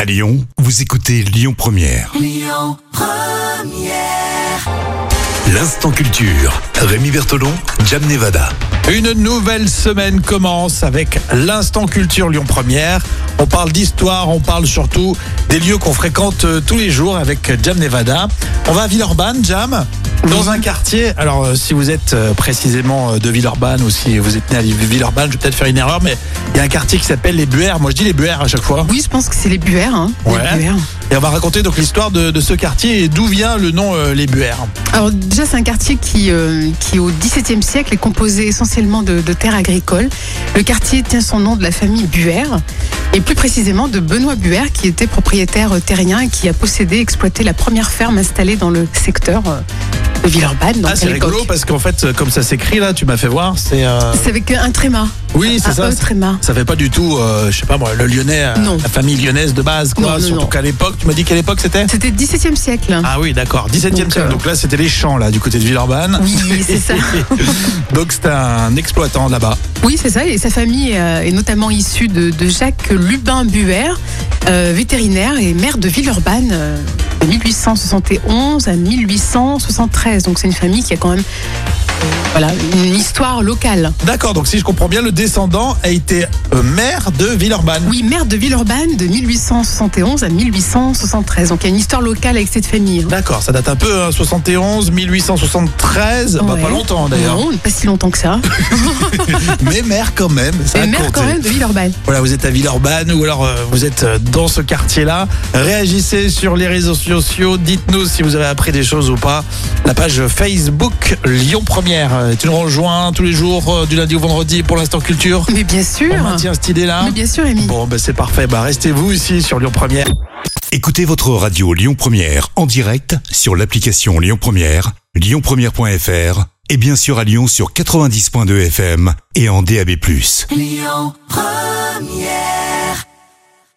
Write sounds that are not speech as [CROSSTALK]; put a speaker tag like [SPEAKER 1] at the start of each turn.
[SPEAKER 1] À Lyon, vous écoutez Lyon Première. L'instant culture. Rémi Bertolon, Jam Nevada.
[SPEAKER 2] Une nouvelle semaine commence avec l'instant culture Lyon Première. On parle d'histoire, on parle surtout des lieux qu'on fréquente euh, tous les jours avec Jam Nevada. On va à Villeurbanne, Jam, dans un quartier. Alors euh, si vous êtes euh, précisément euh, de Villeurbanne ou si vous êtes né à Villeurbanne, je vais peut-être faire une erreur, mais il y a un quartier qui s'appelle les Buères. Moi je dis les Buères à chaque fois.
[SPEAKER 3] Oui, je pense que c'est les buères. Hein, les
[SPEAKER 2] Ouais.
[SPEAKER 3] Buères.
[SPEAKER 2] Et on va raconter donc l'histoire de, de ce quartier et d'où vient le nom euh, les Buères.
[SPEAKER 3] Alors déjà, c'est un quartier qui, euh, qui au XVIIe siècle, est composé essentiellement de, de terres agricoles. Le quartier tient son nom de la famille Buère, et plus précisément de Benoît Buère, qui était propriétaire euh, terrien et qui a possédé et exploité la première ferme installée dans le secteur euh, de Villeurbanne. donc
[SPEAKER 2] Ah c'est
[SPEAKER 3] à l'époque.
[SPEAKER 2] rigolo parce qu'en fait euh, comme ça s'écrit là, tu m'as fait voir, c'est... euh,
[SPEAKER 3] C'est avec un tréma.
[SPEAKER 2] Oui c'est
[SPEAKER 3] un
[SPEAKER 2] ça.
[SPEAKER 3] E
[SPEAKER 2] c'est-
[SPEAKER 3] tréma.
[SPEAKER 2] Ça fait pas du tout, euh, je sais pas moi, le lyonnais, euh,
[SPEAKER 3] Non.
[SPEAKER 2] la famille lyonnaise de base, quoi.
[SPEAKER 3] Non, non,
[SPEAKER 2] Surtout
[SPEAKER 3] non.
[SPEAKER 2] qu'à l'époque, tu m'as dit quelle époque c'était
[SPEAKER 3] C'était XVIIe siècle.
[SPEAKER 2] Ah oui, d'accord, 17 e
[SPEAKER 3] Donc,
[SPEAKER 2] siècle.
[SPEAKER 3] euh,
[SPEAKER 2] Donc là, c'était les champs, là, du côté de Villeurbanne.
[SPEAKER 3] Oui,
[SPEAKER 2] [LAUGHS]
[SPEAKER 3] c'est ça. Mm.
[SPEAKER 2] Donc c'était un exploitant là-bas.
[SPEAKER 3] Oui, c'est ça. Et sa famille euh, est notamment issue de, de Jacques Lubin Buer, euh, vétérinaire et maire de Villeurbanne euh, de 1871 à 1873. Donc c'est une famille qui a quand même euh, voilà, une histoire locale.
[SPEAKER 2] D'accord, donc si je comprends bien, le descendant a été euh, maire de Villeurbanne.
[SPEAKER 3] Oui, maire de Villeurbanne de 1871 à 1873. Donc il y a une histoire locale avec cette famille. hein.
[SPEAKER 2] D'accord, ça date un peu, hein, 71, 1873, bah,
[SPEAKER 3] Ouais.
[SPEAKER 2] pas longtemps d'ailleurs,
[SPEAKER 3] Non, pas si longtemps
[SPEAKER 2] [LAUGHS]
[SPEAKER 3] que ça.
[SPEAKER 2] mais maire quand même, ça
[SPEAKER 3] Mais
[SPEAKER 2] a
[SPEAKER 3] maire quand
[SPEAKER 2] compté.
[SPEAKER 3] même de Villeurbanne.
[SPEAKER 2] Voilà, vous êtes à Villeurbanne ou alors euh, vous êtes euh, dans ce quartier-là. Réagissez sur les réseaux sociaux. Dites-nous si vous avez appris des choses ou pas. La page Facebook Lyon Première. Euh, Tu nous rejoins tous les jours euh, du lundi au vendredi pour l'instant culture.
[SPEAKER 3] Mais bien sûr.
[SPEAKER 2] On maintient cette idée-là.
[SPEAKER 3] Mais bien sûr, Amy.
[SPEAKER 2] Bon, ben c'est parfait. Bah, restez-vous ici sur Lyon Première.
[SPEAKER 1] Écoutez votre radio Lyon Première en direct sur l'application Lyon Première, lyonpremière.fr et bien sûr à Lyon sur 90.2 FM et en DAB+.